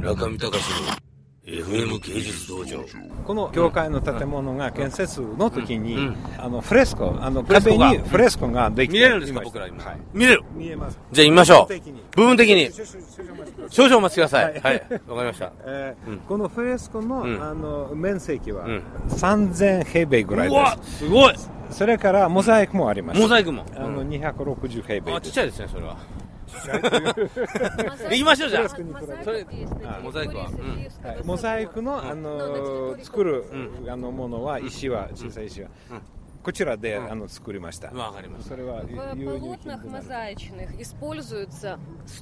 中見隆の FM 芸術道場この教会の建物が建設の時に、うんうんあのフレスコあのフレスコ壁がにフレスコができて見れるんですかいま僕ら今、はい見れる見えますじゃあ行きましょう部部分分的に的に少々お待ちく少々お待ちくだださいさいははいいわ、かりましたえーうんこのフレスコの,、うんあの面積はうん3000平米ぐらいうでわすごいすそれからモザイクもありますモザイクも、あの260平米あちっですちゃいですねそれは行行きましょうじゃああモザイクはうんはいモザイクの,、あの作る、あのものは石は小さい石は、うんこちらで、うんあの作りました、わかりましたそれは ну, В 輸入品 полотнах となる мозаичных используется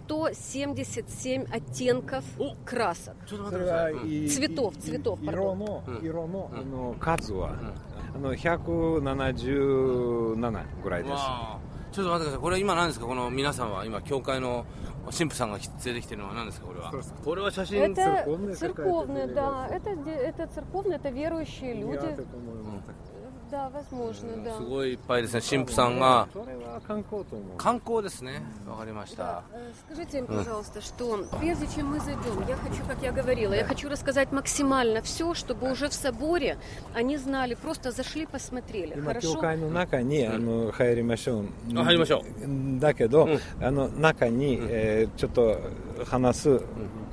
177 оттенков О! красок. ちょっとそれはいうんい цветов, い цветов, 色のうん色のあの数は、あの177ぐらいです、わあちょっと待ってくださいこれ今何ですかこの皆さんは今教会の神父さんが連れてきてるのは何ですかこれはそうですこれは写真 Это церковная церковные, какая-то да, это, де- это церковные, это верующие いやと люди. 思います Да, возможно, うん да. すごいいっぱいですね神父さんがそれは観光と思う観光ですねわかりました Да, э, Скажите, пожалуйста, что прежде чем мы зайдем, я хочу, как я говорила, я хочу рассказать максимально все, чтобы уже в соборе они знали, просто зашли, посмотрели. 今教 Хорошо? 会の中にあの入りましょうあ入りましょうんだけど、うあの中に、えーちょっと話す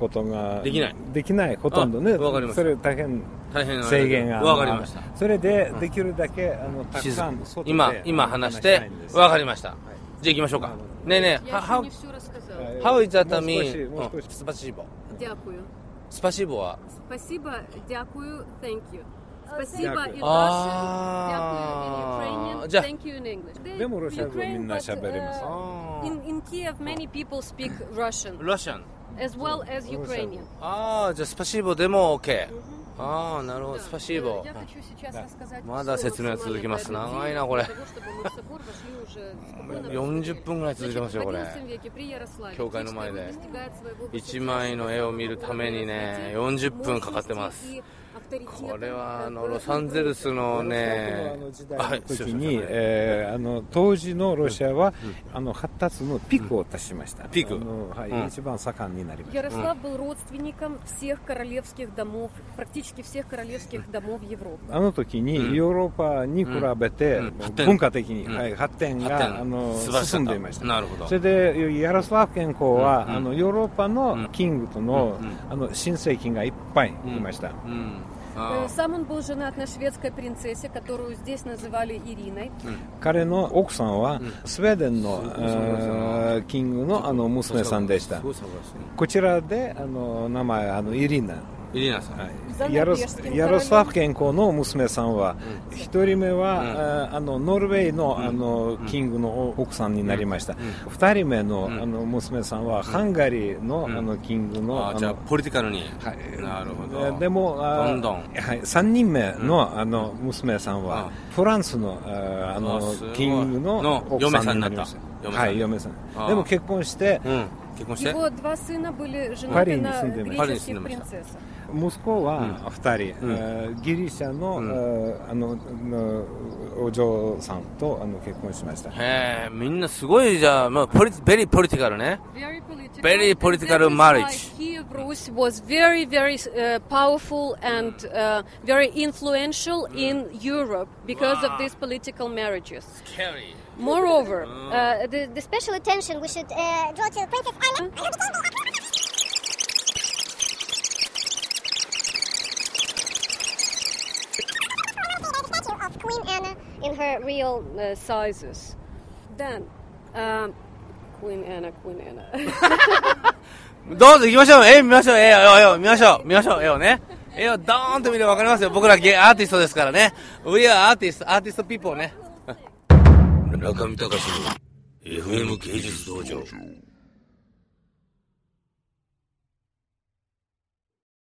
ことができないできないほとんどねあわかりましたそれ大変大変制限がわかりましたあのそれでできるだけ、あのたくさん外で今今話し話したていんですわかりましたじゃあ行きましょうかねえねえ Я еще How не все рассказала. はい how is that もう mean? 少しもう少しうんスパシーボ Дякую. スパシーボは Спасибо, дякую, thank you. Спасибо Дякую. и А, Russian, дякую in Ukrainian, да. thank you in English. They- Де ми росіяни? Ukraine, Ми не but, шаберемося. uh, あ In, in Kiev many people speak Russian ロシアン as well as Russian. Ukrainian. ああじゃあスパシーボでも OK ああなるほど Да. スパシー Э, ボ Я хочу сейчас рассказать まだ всё 説明は максимально 続きます для людей, 長いなこれ для того, чтобы мы в собор вошли уже спокойно, 40 посмотрели. 分ぐらい続い Значит, てますよこ в れ11 веке при Ярославе 教会の Киевская 前で область достигает своего 一枚の絵を見るためにね40分かかってます и авторитета, これはあ э, のロサンゼルスのねロシアとのあのはい時代の時すいにませんえーあの当時のロシアは、あの発達のピークを達しました、ピークあのはいうん一番盛んになりました Ярослав был родственником всех королевских домов, практически всех королевских домов Европы. あの時うんにヨーロッパに比べてうんうん発展文化的に、うんはい、発展発展があの素晴らしかった進んでいましたなるほどそれでヤロスラフ健康は、うんうんあのヨーロッパうんのキングとの,、うんうんあの新世紀がいっぱいいました、うんあ Э, Сам он был женат на шведской принцессе, которую здесь называли Ириной. 彼の奥さんは、んスウェーデンの、すごいえーキングのあの娘さんでしたすごい探してるこちらであの名前あのイリーナ、イリーナさん、はザい、ヤロノルウェース式のヤロスラフ健康の娘さんは一、人目は、うんああのノルウェーの,、あのキングの奥さんになりました二、人目の,、んあの娘さんはハンガリーの,、うんあのキングのああじゃあのポリティカルに、はいなるほえどーでもあどんどんはい、3人目の,、あの娘さんは、あフランスのあああのすごいキングのの奥さんになりました嫁さんになったはい嫁さんあでも結婚してうん、結婚して Его два сына были Паре женаты не на сын ты, паре не сын ты, греческих Маша. принцессах. 息子は2人、うんえーギリシャの,、うんえーあののお嬢さんとあの結婚しましたへえみんなすごいじゃあ、まあ、ポリベリーポリティカルね Very political And that is marriage. why Kiev Rus was very, very uh, powerful and uh, very influential in Europe because Mm. Wow. of these political marriages. キャリー Moreover, Mm. uh, the, the special attention we should uh, draw to Princess Anna. statue of Queen Anna in her real uh, sizes. Then, um, Queen Anna, Queen Anna. どうぞ行きましょう絵見ましょう絵を絵を絵を見ましょう見ましょう絵をね絵をドーンと見れば分かりますよ僕らゲアーティストですからね We are artists, artist people ね中見隆の FM 芸術道場。